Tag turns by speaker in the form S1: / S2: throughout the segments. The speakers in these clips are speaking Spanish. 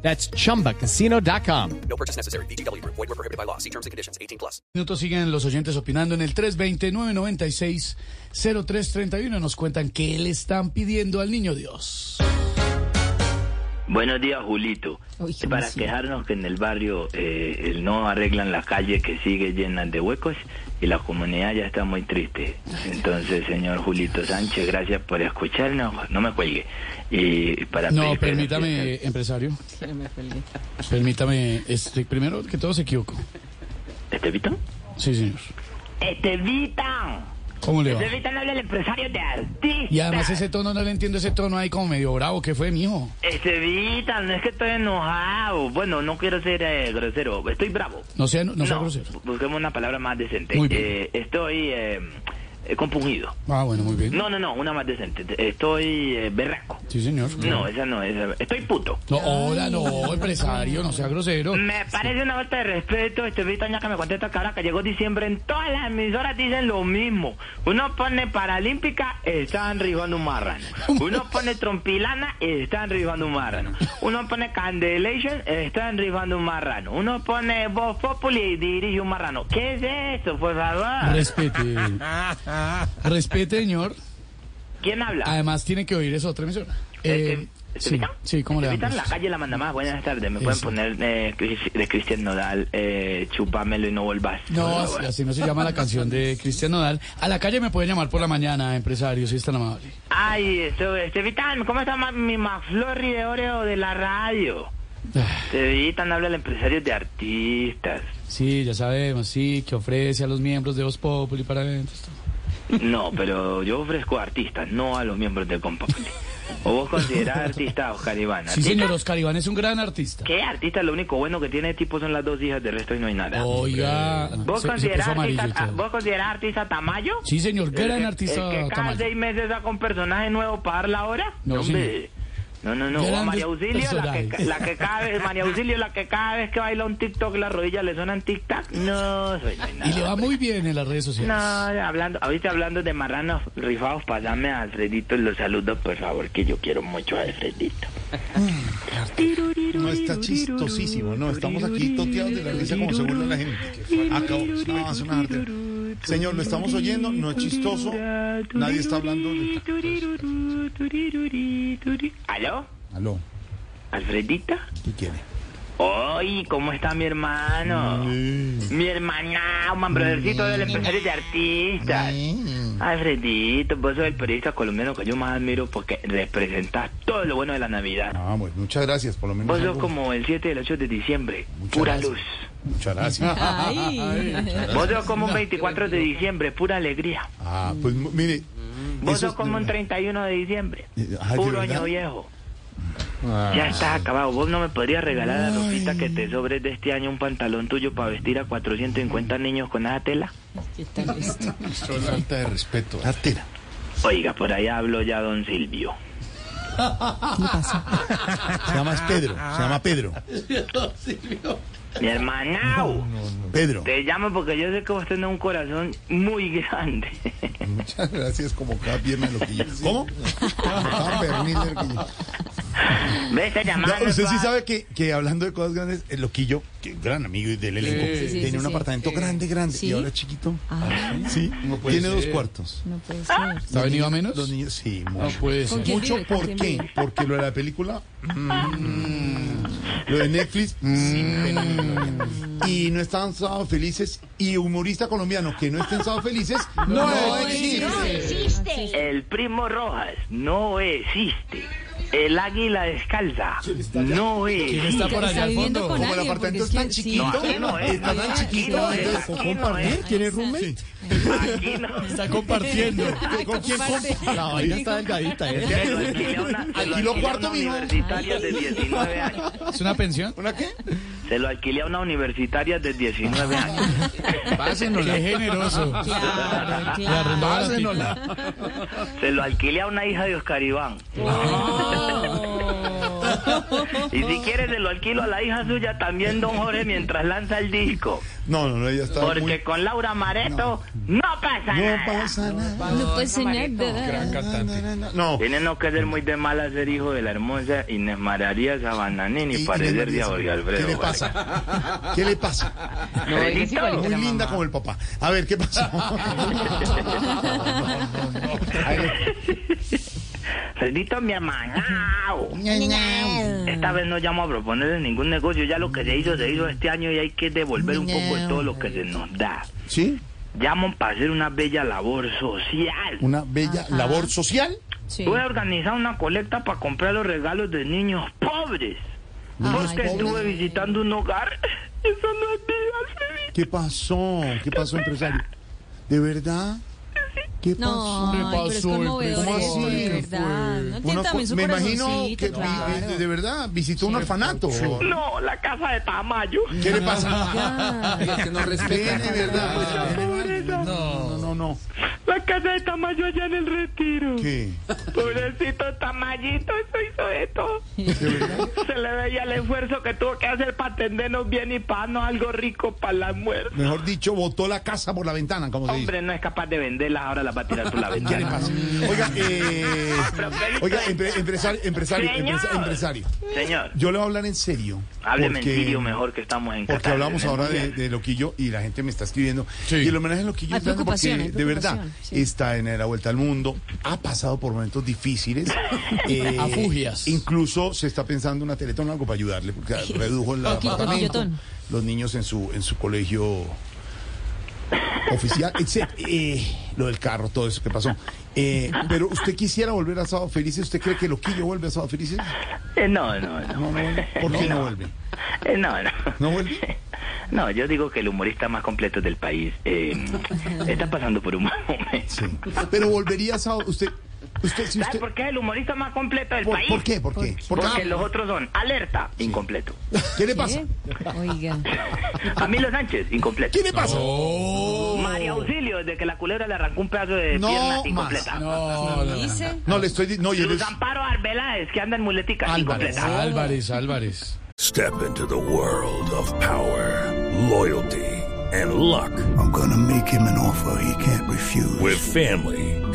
S1: That's chumbacasino.com.
S2: No purchase necessary. BGW. Void were prohibited by law. See terms and conditions. 18 plus.
S3: minutos siguen los oyentes opinando en el 320-996-0331. Nos cuentan qué le están pidiendo al niño Dios.
S4: Buenos días, Julito. Eh,
S5: Uy, ¿cómo
S4: Para
S5: así?
S4: quejarnos que en el barrio eh, no arreglan la calle que sigue llena de huecos y la comunidad ya está muy triste. Entonces, señor Julito Sánchez, gracias por escucharnos. No me cuelgue. Y para
S3: No,
S4: pedir-
S3: permítame, empresario. Permítame, este, primero que todo se equivoco.
S4: ¿Estevita?
S3: Sí, señor.
S4: Este ¡Estevita!
S3: ¿Cómo le va?
S4: Estevita no Este habla el empresario de artistas.
S3: Y además ese tono, no le entiendo ese tono ahí como medio bravo. ¿Qué fue, mijo?
S4: Estevita, Este no es que estoy enojado. Bueno, no quiero ser eh, grosero. Estoy bravo.
S3: No sea, no, sea
S4: No,
S3: grosero.
S4: Busquemos una palabra más decente.
S3: Muy bien.
S4: Eh, estoy eh, eh, compungido.
S3: Ah, bueno, muy bien.
S4: No, no, no, una más decente. Estoy eh, berraco.
S3: Sí, señor.
S4: No, esa no, esa. Estoy puto.
S3: No, hola, no, empresario, no sea grosero.
S4: Me parece una falta de respeto este Vitaña que me contesta que ahora que llegó diciembre en todas las emisoras dicen lo mismo. Uno pone paralímpica, están rifando un marrano. Uno pone trompilana, están rifando un marrano. Uno pone candelation, están rifando un marrano. Uno pone voz populi y dirige un marrano. ¿Qué es eso, por favor?
S3: Respete. Respete, señor.
S4: ¿Quién habla?
S3: Además tiene que oír esa otra emisora. Ah, Eh, sí,
S4: ¿Estevita?
S3: sí, ¿cómo le
S4: Estevita en
S3: damos?
S4: la calle la manda más. Buenas tardes. Me
S3: Eso.
S4: pueden poner eh, Cris- de Cristian Nodal, eh, chupamelo y no volvás.
S3: No, así, así no se llama la canción de Cristian Nodal. A la calle me puede llamar por la mañana, empresario, si es tan amable.
S4: Ay, eso, Estevita, ¿cómo está ma- mi Florri de Oreo de la radio?
S3: Ah,
S4: Estevita, habla el empresario de artistas.
S3: Sí, ya sabemos, sí, que ofrece a los miembros de Voz Populi para eventos. todo.
S4: No, pero yo ofrezco artistas, no a los miembros de Compapoli. ¿O vos considerás artista a Oscar Iván?
S3: Sí,
S4: ¿Artista?
S3: señor, Oscar Iván es un gran artista.
S4: ¿Qué artista? Lo único bueno que tiene tipo son las dos hijas, del resto y no hay nada.
S3: Oiga,
S4: ¿Vos,
S3: Oh, se- se
S4: considerás
S3: puso amarillo
S4: artista,
S3: y todo.
S4: ¿Vos considerás artista Tamayo?
S3: Sí, señor,
S4: El
S3: gran
S4: que-
S3: artista
S4: el que cada
S3: Tamayo.
S4: seis meses saca un personaje nuevo para dar la hora?
S3: No,
S4: Hombre, No, no, no. o a
S3: Grandes
S4: María Auxilio, la que,
S3: personajes.
S4: la que cada vez, María Auxilio, la que cada vez que baila un TikTok las rodillas le suenan tic-tac. No, soy, no hay nada,
S3: Y le va
S4: hombre.
S3: muy bien en las redes sociales.
S4: No, hablando, ahorita hablando de marranos rifados, pasame a Alfredito y lo saludo, por favor, que yo quiero mucho a Alfredito.
S6: No está chistosísimo, no, estamos aquí toteados de la risa como se burla la gente. Acabó, es una avance, una arte. Señor, lo estamos oyendo, no es chistoso, nadie está hablando. de-
S4: ¿Aló?
S6: Aló,
S4: ¿Alfredita?
S6: ¿qué quiere?
S4: ¡Ay! ¿Cómo está mi hermano?
S6: Mm.
S4: Mi hermana, un brothercito del empresario de artistas.
S6: Mm.
S4: Alfredito, vos sos el periodista colombiano que yo más admiro porque representas todo lo bueno de la Navidad.
S6: Ah, bueno, muchas gracias, por lo menos.
S4: Vos sos
S6: algo.
S4: como el 7 y el 8 de diciembre,
S6: Muchas
S4: pura
S6: gracias.
S4: luz.
S6: Muchas gracias.
S4: Vos sos como un 24 de diciembre, pura alegría.
S6: Ah, pues mu- mire.
S4: Vos
S6: eso
S4: sos
S6: es-
S4: como un 31 de diciembre,
S6: Ah, ¿de
S4: puro
S6: verdad?
S4: año viejo.
S6: Ah,
S4: Ya está acabado. Vos no me podrías regalar la ropita que te sobres de este año un pantalón tuyo para vestir a 450 niños con esa tela.
S6: eso es falta de respeto. Artera.
S4: Oiga, por ahí habló ya don Silvio.
S6: Se llama es Pedro, se llama Pedro.
S4: Mi hermanao,
S6: Pedro.
S4: te llamo porque yo sé que vos tenés un corazón muy grande.
S6: Muchas gracias, como cada pierna lo que yo. ¿Cómo? Como cada pernil de lo que yo.
S4: ¿Ves? Te llamando.
S6: No, usted sí
S4: pa-
S6: sabe que, que hablando de cosas grandes, el Loquillo, que es gran amigo del elenco,
S5: Sí, sí,
S6: tenía
S5: sí,
S6: un
S5: sí.
S6: apartamento grande, grande, y
S5: ¿Sí?
S6: ahora chiquito.
S5: Ah.
S6: Sí,
S3: puede
S6: tiene dos
S3: ser.
S6: cuartos.
S5: No puede ser.
S3: ¿Ha venido a menos?
S6: Los niños, sí,
S3: No
S6: mucho.
S3: puede
S5: ¿Con
S3: ser.
S5: quién
S6: Mucho,
S5: vive? ¿Con
S6: ¿por
S5: quién
S6: qué?
S5: vive?
S6: Porque lo de la película, mm, lo de Netflix, mm, y no están sábado felices, y humorista colombiano que no estén sábado felices, no, existe.
S4: El primo Rojas no existe. El águila descalza no
S3: ¿Quién
S4: existe.
S3: está por allá
S5: Está
S3: al
S5: viviendo
S3: fondo?
S5: con
S6: Como el
S5: alguien,
S6: apartamento es
S5: porque
S6: tan
S5: es que-
S6: chiquito,
S5: sí,
S4: aquí no es,
S6: está tan
S4: aquí
S6: chiquito,
S4: no es,
S6: entonces,
S4: aquí
S6: ¿con
S4: no
S6: partner?
S4: es.
S6: ¿Tiene roommate?
S4: Aquí no.
S3: Está compartiendo.
S6: ¿Con quién compa?
S1: La
S5: Oh,
S1: vaina está delgadita, ¿eh?
S4: Te lo alquilé a una- te lo
S6: Aquí lo
S4: alquilé a
S6: cuarto,
S4: una
S6: mijo.
S4: universitaria de 19 años.
S3: ¿Es una pensión?
S6: ¿Una qué?
S4: Se lo alquilé a una universitaria de 19 años.
S3: Pásenosla. Qué generoso.
S5: Claro,
S3: Le
S5: claro.
S3: arrendaba la tipa.
S4: Se lo alquilé a una hija de Oscar Iván. Y si quiere, se lo alquilo a la hija suya también, don Jorge, mientras lanza el disco.
S6: No, no, no, ella está
S4: Porque
S6: muy...
S4: con Laura Mareto no, pasa
S6: No
S4: nada.
S6: pasa nada.
S5: No pasa nada.
S6: na, na, na. No,
S4: Tiene no que ser muy de mala ser hijo de la hermosa Inés María Sabananini
S6: Y-
S4: y
S6: y
S4: parecer de
S6: María,
S4: Jorge Alfredo.
S6: ¿Qué le
S4: Vargas.
S6: pasa? ¿Qué le pasa?
S4: Alfredito,
S6: Muy linda como el papá. A ver, ¿qué pasó?
S4: Alfredito, mi amanao. Esta vez no llamo a proponerle ningún negocio. Ya lo que se hizo, se hizo este año y hay que devolver un poco de todo lo que se nos da.
S6: ¿Sí?
S4: Llaman para hacer una bella labor social.
S6: Una bella labor social.
S5: Sí.
S4: Voy a organizar una colecta para comprar los regalos de niños pobres. Porque estuve visitando un hogar. Eso no es vida, Alfredito.
S6: ¿Qué pasó? ¿Qué pasó, empresario? ¿De verdad? ¿Qué
S5: No,
S6: pasó?
S5: ay, pero es
S3: pasó,
S5: conmovedor,
S6: ¿cómo así?
S5: de verdad. No tiene
S6: Uno co-
S5: también su
S6: me imagino
S5: corazoncito,
S6: que vi-
S5: claro.
S6: de, de verdad visitó un orfanato.
S4: No, la casa de Tamayo.
S6: ¿Qué le pasa?
S7: que no
S6: Ven, de
S7: respeta.
S6: verdad. No, no, no.
S4: La casa de Tamayo allá en el retiro.
S6: ¿Qué?
S4: Pobrecito Tamayito, eso hizo de todo. Se le veía el esfuerzo que tuvo que hacer para atendernos bien y para darnos algo rico para la muerte.
S6: Mejor dicho, botó la casa por la ventana, como se dice.
S4: Hombre, no es capaz de venderlas, ahora las va a tirar por la
S6: ¿Qué le
S4: ventana.
S6: pasa? Oiga, eh, oiga empre- empresario, empresario, empresa-
S4: Señor.
S6: empresario.
S4: Señor,
S6: Yo le voy a hablar en serio.
S4: hábleme
S6: porque-
S4: en serio mejor que estamos en
S6: Porque
S4: Qatar,
S6: hablamos
S4: en el
S6: ahora de,
S4: mundial.
S6: de Loquillo y la gente me está escribiendo.
S3: Sí.
S6: Y el homenaje a Loquillo
S5: Hay
S6: es grande porque,
S5: preocupación, hay
S6: de verdad,
S5: preocupación, sí.
S6: está en la vuelta al mundo, ha pasado por momentos difíciles. eh,
S3: Afugias.
S6: Incluso se está pensando una teletón o algo para ayudarle, porque redujo el
S5: Loquillo,
S6: apartamento,
S5: loquillotón.
S6: los niños en su, en su colegio oficial, etc. Eh, lo del carro, todo eso que pasó. Eh, pero usted quisiera volver a Sábado Felices, ¿usted cree que Loquillo vuelve a Sábado Felices?
S4: Eh, no, no, no.
S6: No, no vuelve. ¿Por qué no vuelve?
S4: Eh, no, no.
S6: ¿No vuelve?
S4: No, yo digo que el humorista más completo del país eh, está pasando por un mal momento.
S6: Sí. Pero volvería a sábado. Usted, usted, si
S4: ¿Sabes
S6: usted.
S4: por qué es el humorista más completo del
S6: ¿Por,
S4: país?
S6: por qué? ¿Por qué? ¿Por
S4: Porque
S6: qué?
S4: los otros son alerta, incompleto.
S6: ¿Qué le pasa?
S5: Oiga.
S4: Camilo Sánchez, incompleto.
S6: ¿Qué le pasa?
S4: María Auxilio, desde que la culebra le arrancó un pedazo de
S6: No
S4: pierna,
S6: más.
S4: incompleta.
S3: No, la-
S5: Dice.
S6: No, le estoy diciendo. No, y él
S4: Luz
S6: es-
S4: Amparo Arbeláez, que anda en muletica,
S6: Álvarez.
S4: incompleta.
S3: Álvarez, Álvarez.
S8: Step into the world of power, loyalty, and luck
S9: I'm gonna make him an offer he can't refuse.
S6: Pues-
S8: with family,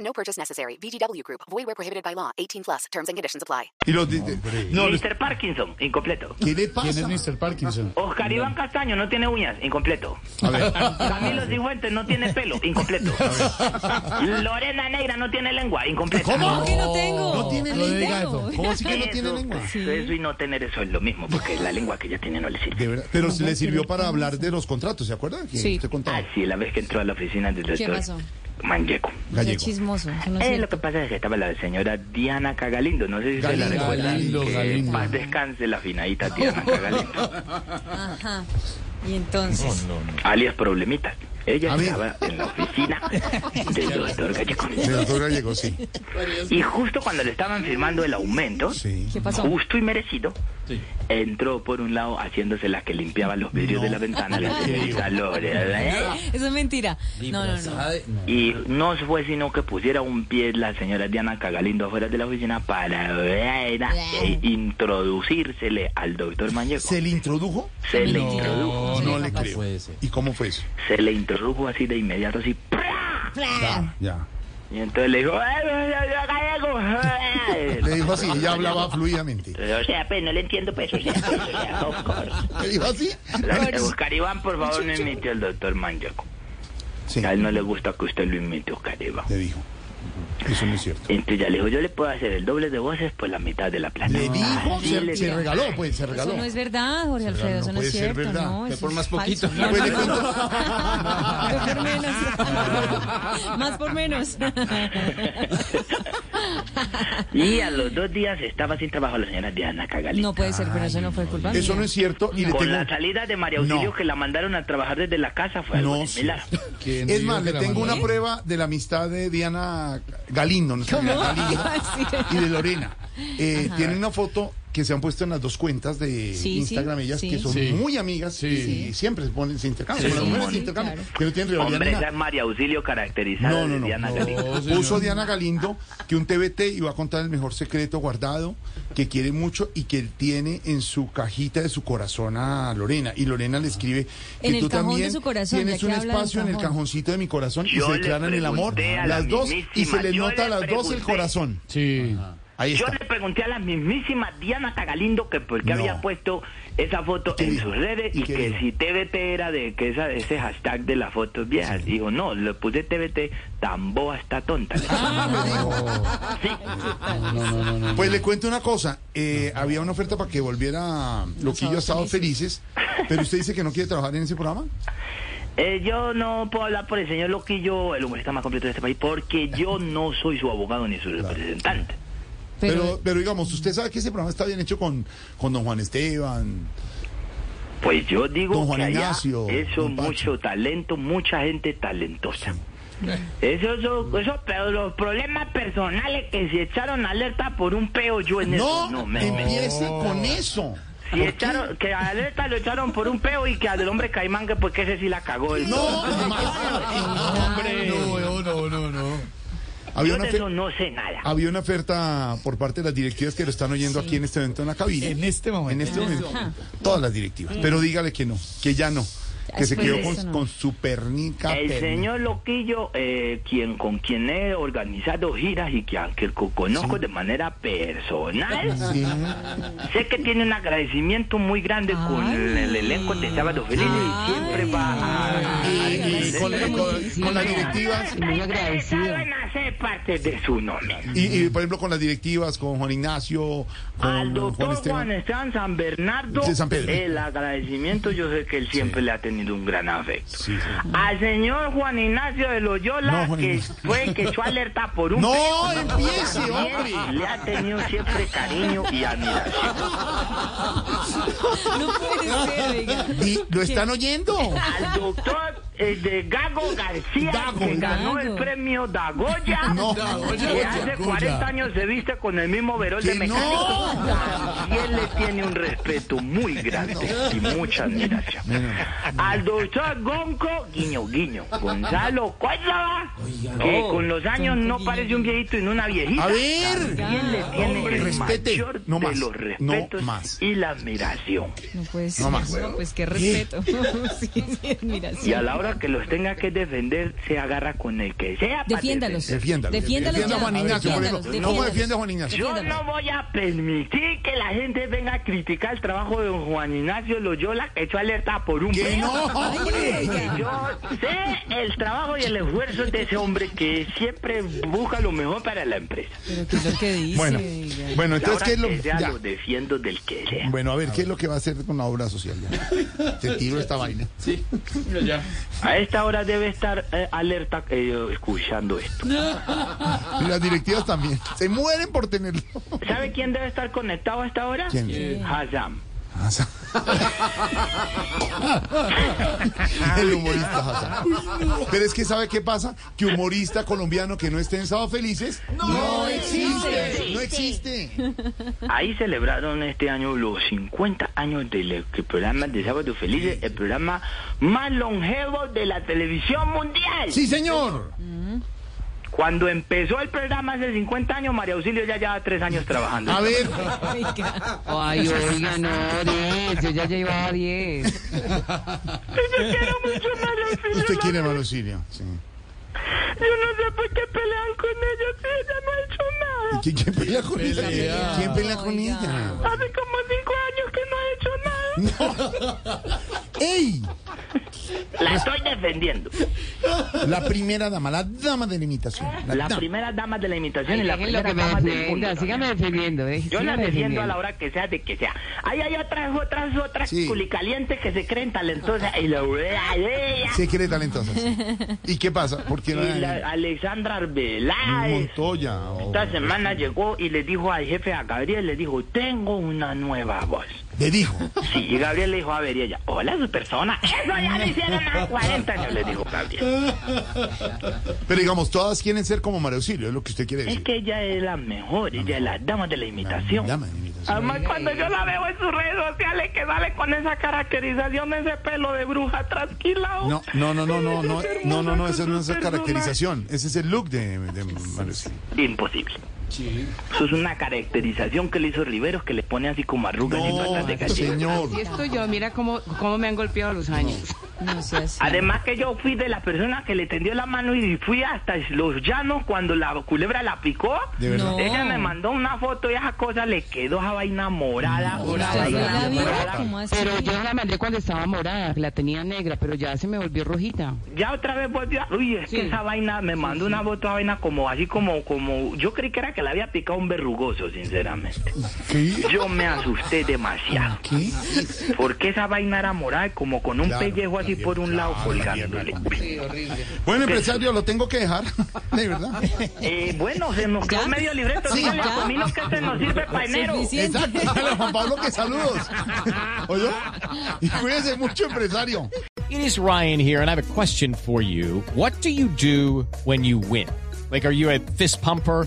S10: No purchase necessary. VGW Group. Void where prohibited by law. 18 plus. Terms and conditions apply.
S6: y los di- de- no, le-
S4: Mr. Parkinson, incompleto.
S6: ¿Qué le pasa?
S3: ¿Quién es Mr. Parkinson?
S4: Oscar Iván Castaño no tiene uñas, incompleto.
S6: A ver.
S4: Camilo Cifuentes no tiene pelo, incompleto. Lorena Negra no tiene lengua, incompleto.
S5: ¿Cómo que no tengo?
S6: No tiene
S5: No
S6: lengua.
S5: tengo.
S6: eso. ¿Cómo así que no tiene lengua?
S4: Eso y no tener eso es lo mismo, porque la lengua que ya tiene no le sirve.
S6: De verdad. Pero le sirvió para hablar de los contratos, ¿se acuerdan? Que
S5: Sí.
S6: usted contaba.
S4: Ah, sí, la vez que entró a la oficina del doctor
S5: pasó?
S4: Mangeco.
S5: Qué
S6: Gallego.
S5: chismoso. eso no es
S4: Eh,
S5: cierto.
S4: lo que pasa es que estaba la señora Diana Cagalindo, no sé si se la
S6: Galindo,
S4: recuerdan.
S3: Galindo,
S4: que
S3: Galindo.
S4: Paz descanse la finadita Diana Cagalindo,
S5: Ajá. Y entonces.
S4: alias Problemitas.
S6: A
S4: Ella
S6: ver.
S4: estaba en la oficina del doctor Gallego.
S6: El doctor Gallego, sí.
S4: Y justo cuando le estaban firmando el aumento,
S6: Sí.
S5: ¿Qué pasó?
S4: justo y merecido, entró por un lado haciéndose la que limpiaba los vidrios de ¿eh? la ventana, la señorita Lorena.
S5: Eso es mentira. No, no, no.
S4: Y no fue sino que pusiera un pie la señora Diana Cagalindo afuera de la oficina para ver a- e introducírsele al doctor Mañeco.
S6: ¿Se
S4: Se,
S6: le introdujo?
S4: le introdujo.
S6: No, no le creo.
S7: puede ser.
S6: ¿Y cómo fue eso?
S4: Se le introdujo así de inmediato, así. ¡pra!
S6: Ya.
S4: Y entonces le dijo, "Ay, ay, ay, ay, Gallego, ay".
S6: Le dijo así, ella hablaba fluidamente.
S4: O sea, pues no le entiendo, pues, o sea, pues, o sea, of course.
S6: ¿Le dijo así?
S4: Eh, Oscar Iván, por favor, no imite al doctor Mañeco.
S6: Sí,
S4: A él no le gusta que usted lo imite, Oscar Iván.
S6: le dijo. Eso no es cierto.
S4: Entonces ya le dijo, yo le puedo hacer el doble de voces por la mitad de la plata.
S6: Le dijo,
S4: Así
S6: se,
S4: le
S6: se
S4: dijo.
S6: regaló, pues, se regaló.
S5: Eso no es verdad, Jorge Alfredo. Eso no
S6: puede
S5: es
S6: ser
S5: cierto.
S6: verdad.
S5: No,
S7: Fue
S5: eso
S7: por
S5: es
S7: más
S5: falso.
S7: poquito.
S5: No,
S6: Pues le
S5: no,
S6: cuento-
S5: no. Más por menos. Más por menos.
S4: Y a los dos días estaba sin trabajo la señora Diana Cagalí.
S5: No puede ser, pero eso no fue culpa
S6: Eso
S5: mía.
S6: no es cierto y le
S4: Con la
S6: tengo...
S4: salida de María Auxilio
S6: No.
S4: que la mandaron a trabajar desde la casa fue algo
S6: No, sí.
S4: similar.
S3: ¿Quién
S6: Es
S3: dijo
S6: más,
S3: que
S6: le
S3: la
S6: tengo una
S3: mandaron?
S6: prueba de la amistad de Diana Galindo, ¿no?
S5: ¿Cómo?
S6: Galindo
S5: Iba a decir-
S6: y de Lorena. Eh, tienen una foto que se han puesto en las dos cuentas de
S5: Sí,
S6: Instagram
S5: sí,
S6: ellas,
S5: sí.
S6: que son
S3: Sí.
S6: muy amigas
S3: Sí.
S6: y siempre se ponen, se intercambian,
S5: Sí,
S6: las mujeres
S5: sí,
S6: se intercambian,
S5: claro.
S6: que no tienen rivalidad
S4: Hombre,
S6: ni nada.
S4: esa es María Auxilio caracterizada
S6: No, no,
S4: de
S6: no.
S4: Diana
S6: no.
S4: Galindo.
S6: Puso Diana Galindo que un TBT iba a contar el mejor secreto guardado, que quiere mucho y que él tiene en su cajita de su corazón a Lorena. Y Lorena le escribe que
S5: En el
S6: tú
S5: cajón de
S6: también
S5: su corazón,
S6: tienes
S5: ya
S6: un
S5: que habla del
S6: espacio en el
S5: cajón.
S6: cajoncito de mi corazón y
S4: Yo
S6: se
S4: le
S6: declaran el amor
S4: pregunté a la
S6: las dos y
S4: mismísima,
S6: se les
S4: yo
S6: nota a
S4: le
S6: las dos el
S4: pregunté.
S6: corazón.
S3: Sí.
S6: Ahí
S4: Yo
S6: está.
S4: le pregunté a la mismísima Diana Tagalindo que por qué
S6: No.
S4: había puesto esa foto
S6: ¿Qué
S4: en
S6: dijo?
S4: sus redes
S6: ¿Y
S4: y
S6: qué
S4: que
S6: dijo?
S4: si TVT era de que esa, ese hashtag de las fotos viejas. Dijo, no, le puse TVT, tan boba está tonta. Sí.
S6: Pues le cuento una cosa, eh, había una oferta para que volviera Loquillo a Estados Felices, pero usted dice que no quiere trabajar en ese programa.
S4: Eh, yo no puedo hablar por el señor Loquillo, el humorista más completo de este país, porque yo no soy su abogado ni su representante.
S6: Pero, pero digamos, usted sabe que ese programa está bien hecho con, con don Juan Esteban.
S4: Pues yo digo
S6: Don Juan
S4: que allá
S6: Ignacio,
S4: eso
S6: don Pacho.
S4: mucho talento, mucha gente talentosa. Eso, eso, eso, pero los problemas personales que se echaron alerta por un peo, yo en
S6: No,
S4: eso no me, me-
S6: empiece con eso.
S4: si echaron, que alerta lo echaron por un peo y que al del hombre caimán que porque ese sí la cagó. el-
S6: No,
S3: Hombre. No, no, no, no.
S4: yo
S6: había, una
S4: de
S6: ofer-
S4: eso no sé nada.
S6: había una oferta por parte de las directivas que lo están oyendo aquí en este evento en la cabina.
S3: En este momento.
S6: En este momento. Todas las directivas. Pero dígale que no, que ya no. Que se
S5: Después
S6: quedó
S5: de
S6: con,
S5: eso, no.
S6: con su pernica.
S4: El
S6: perni-
S4: señor Loquillo, eh, quien con quien he organizado giras y que, que co- conozco de manera personal, sé que tiene un agradecimiento muy grande con el, el elenco de Sábado Feliz y siempre va a...
S6: Y, y con, con- con las directivas.
S4: Ah, muy agradecido. en hacer parte de su nombre.
S6: Y, y, por ejemplo, con las directivas, con Juan Ignacio, con
S4: Al
S6: Ah, Juan
S4: doctor Juan
S6: Esteban.
S4: Esteban San Bernardo,
S6: Sí, San Pedro.
S4: el agradecimiento yo sé que él siempre le ha tenido un gran afecto.
S6: Sí, sí.
S4: Al señor Juan Ignacio de Loyola,
S6: No, Juan
S4: que
S6: Ignacio.
S4: fue el que echó alerta por un...
S6: No, empiece, hombre.
S4: También Le ha tenido siempre cariño y admiración.
S5: No puede ser, oiga.
S6: Y lo están oyendo.
S4: Al doctor eh, de Gago García,
S6: Dago.
S4: que ganó
S5: Dago.
S4: el premio Dagoya,
S6: No.
S4: que hace 40 años se viste con el mismo verol de
S6: Que no.
S4: mecánico. Y él le tiene un respeto muy grande y mucha admiración. Al doctor Gonco, guiño, guiño, Gonzalo Cuélava, que con los años no parece un viejito en una viejita.
S6: A ver.
S4: ¿Quién le tiene
S6: Hombre,
S4: el
S6: respete.
S4: mayor
S6: No
S4: de
S6: más,
S4: los
S6: no
S4: respetos
S6: más.
S4: y la admiración?
S5: No puede ser.
S6: No más.
S5: No, pues qué respeto. Sí, sí, admiración.
S4: Y a la hora que los tenga que defender, se agarra con el que sea. para
S5: Defiéndalos.
S4: defender.
S6: Defiéndalo. Defienda
S5: Defiéndalos
S6: a
S5: ya.
S6: Juan Ignacio, por
S5: Defiéndalos,
S6: ejemplo. ¿Cómo
S5: defiéndalos.
S6: defiende a Juan Ignacio?
S4: Yo no voy a permitir que la gente venga a criticar el trabajo de don Juan Ignacio Loyola, que echó alerta por un
S6: Que
S4: peo.
S6: no, hombre.
S4: Yo sé el trabajo y el esfuerzo de ese hombre que siempre busca lo mejor para la empresa.
S5: Pero qué es lo que dice.
S6: Bueno,
S5: oiga.
S6: bueno,
S4: La
S6: entonces,
S4: hora
S6: ¿qué es lo
S4: que sea
S6: ya.
S4: lo defiendo del que sea.
S6: Bueno, a ver, ¿qué es lo que va a hacer con la obra social? ya? Te tiro esta vaina.
S4: A esta hora debe estar eh, alerta eh, escuchando esto.
S6: Y las directivas también. Se mueren por tenerlo.
S4: ¿Sabe quién debe estar conectado a esta hora?
S6: ¿Quién? ¿Quién?
S4: Hazam.
S6: El humorista Hassan. Pero es que ¿sabe qué pasa? Que humorista colombiano que no esté en Sábado Felices no, existe. No existe.
S4: Ahí celebraron este año los 50 años del eh, que programa de Sábado Felices, el programa más longevo de la televisión mundial.
S6: Sí, señor.
S4: Cuando empezó el programa hace 50 años, María Auxilio ya lleva tres años trabajando.
S7: Ah.
S6: A ver,
S5: Oiga.
S7: Ay, oiga, no, 10, yo ya llevaba 10.
S4: Yo quiero mucho a María Auxilio.
S6: usted
S4: la-
S6: quiere Mario Sirio. Sí.
S4: Yo no sé por qué pelean con ella si ella no ha hecho nada.
S6: ¿Y ¿Quién, quién pelea con ella?
S3: Pelea.
S6: ¿Quién pelea con ella?
S4: Hace como cinco años que no ha hecho nada.
S6: ¡Ey!
S4: La estoy defendiendo.
S6: La primera dama, la dama de la imitación. La,
S4: Las
S6: dama.
S4: primeras damas de la imitación y las
S7: Déjenlo que
S4: primeras
S7: me
S4: damas del
S7: defienda,
S4: mundo.
S7: sígame defendiendo. eh,
S4: Yo
S7: sígame
S4: las defiendo
S7: defendiendo.
S4: a la hora que sea, de que sea. Ahí hay otras, otras, otras
S6: Sí.
S4: culicalientes que se creen talentosas y la a ella.
S6: Se cree talentosa. sí. ¿Y qué pasa? Porque no
S4: Y
S6: hay
S4: la Alexandra Arbeláez.
S6: Montoya. o-
S4: Esta semana llegó y le dijo al jefe a Gabriel, le dijo, tengo una nueva voz.
S6: Le dijo.
S4: Sí, y Gabriel le dijo a ver, y ella, hola, su persona. Eso ya lo hicieron a 40 años, le dijo Gabriel.
S6: Pero digamos, todas quieren ser como María Auxilio, es lo que usted quiere
S4: Es
S6: decir. Ah,
S4: que ella es la mejor, ella es la dama de la imitación.
S6: Dama de la imitación.
S4: Además, cuando yo la veo en sus redes sociales, que sale con esa caracterización, ese pelo de bruja trasquilado.
S6: No, no, no, no, no, no, no, no, no, esa no es
S4: Con
S6: la
S4: su
S6: caracterización. Ese es el look de, de María Auxilio.
S4: Imposible. Eso es una caracterización que le hizo Riveros que le pone así como arrugas y patas de
S6: No,
S4: gallina.
S6: señor.
S7: Así estoy yo, mira cómo, cómo me han golpeado los años.
S5: No sé así.
S4: Además que yo fui de la persona que le tendió la mano y fui hasta los llanos cuando la culebra la picó.
S6: De verdad.
S5: No.
S4: Ella me mandó una foto y esa cosa le quedó esa vaina morada. morada,
S5: ¿Usted sí la vio?
S4: morada.
S5: ¿Cómo así?
S7: Pero yo la mandé cuando estaba morada, que la tenía negra, pero ya se me volvió rojita.
S4: Ya otra vez volvió. a- Uy, es
S7: Sí.
S4: que esa vaina me mandó una foto, esa vaina como así como, como. Yo creí que era que le había picado un verrugoso, sinceramente.
S6: ¿Qué?
S4: Yo me asusté demasiado.
S6: ¿Qué?
S4: Porque esa vaina era morada como con un
S6: Claro,
S4: pellejo así
S6: la
S4: por un lado
S6: claro, la
S4: colgándole.
S6: Bueno, empresario, lo tengo que dejar. De verdad.
S4: Eh, bueno, se nos quedó
S5: ¿Ya?
S4: medio libreto.
S5: Sí,
S4: Dígale
S5: ya.
S4: a Comino que se nos sirve para enero.
S5: Suficiente.
S6: Exacto. Dale, Juan Pablo, que saludos. ¿Oyó? Y cuídese mucho, empresario.
S1: It is Ryan here, and I have a question for you. What do you do when you win? Like, are you a fist pumper?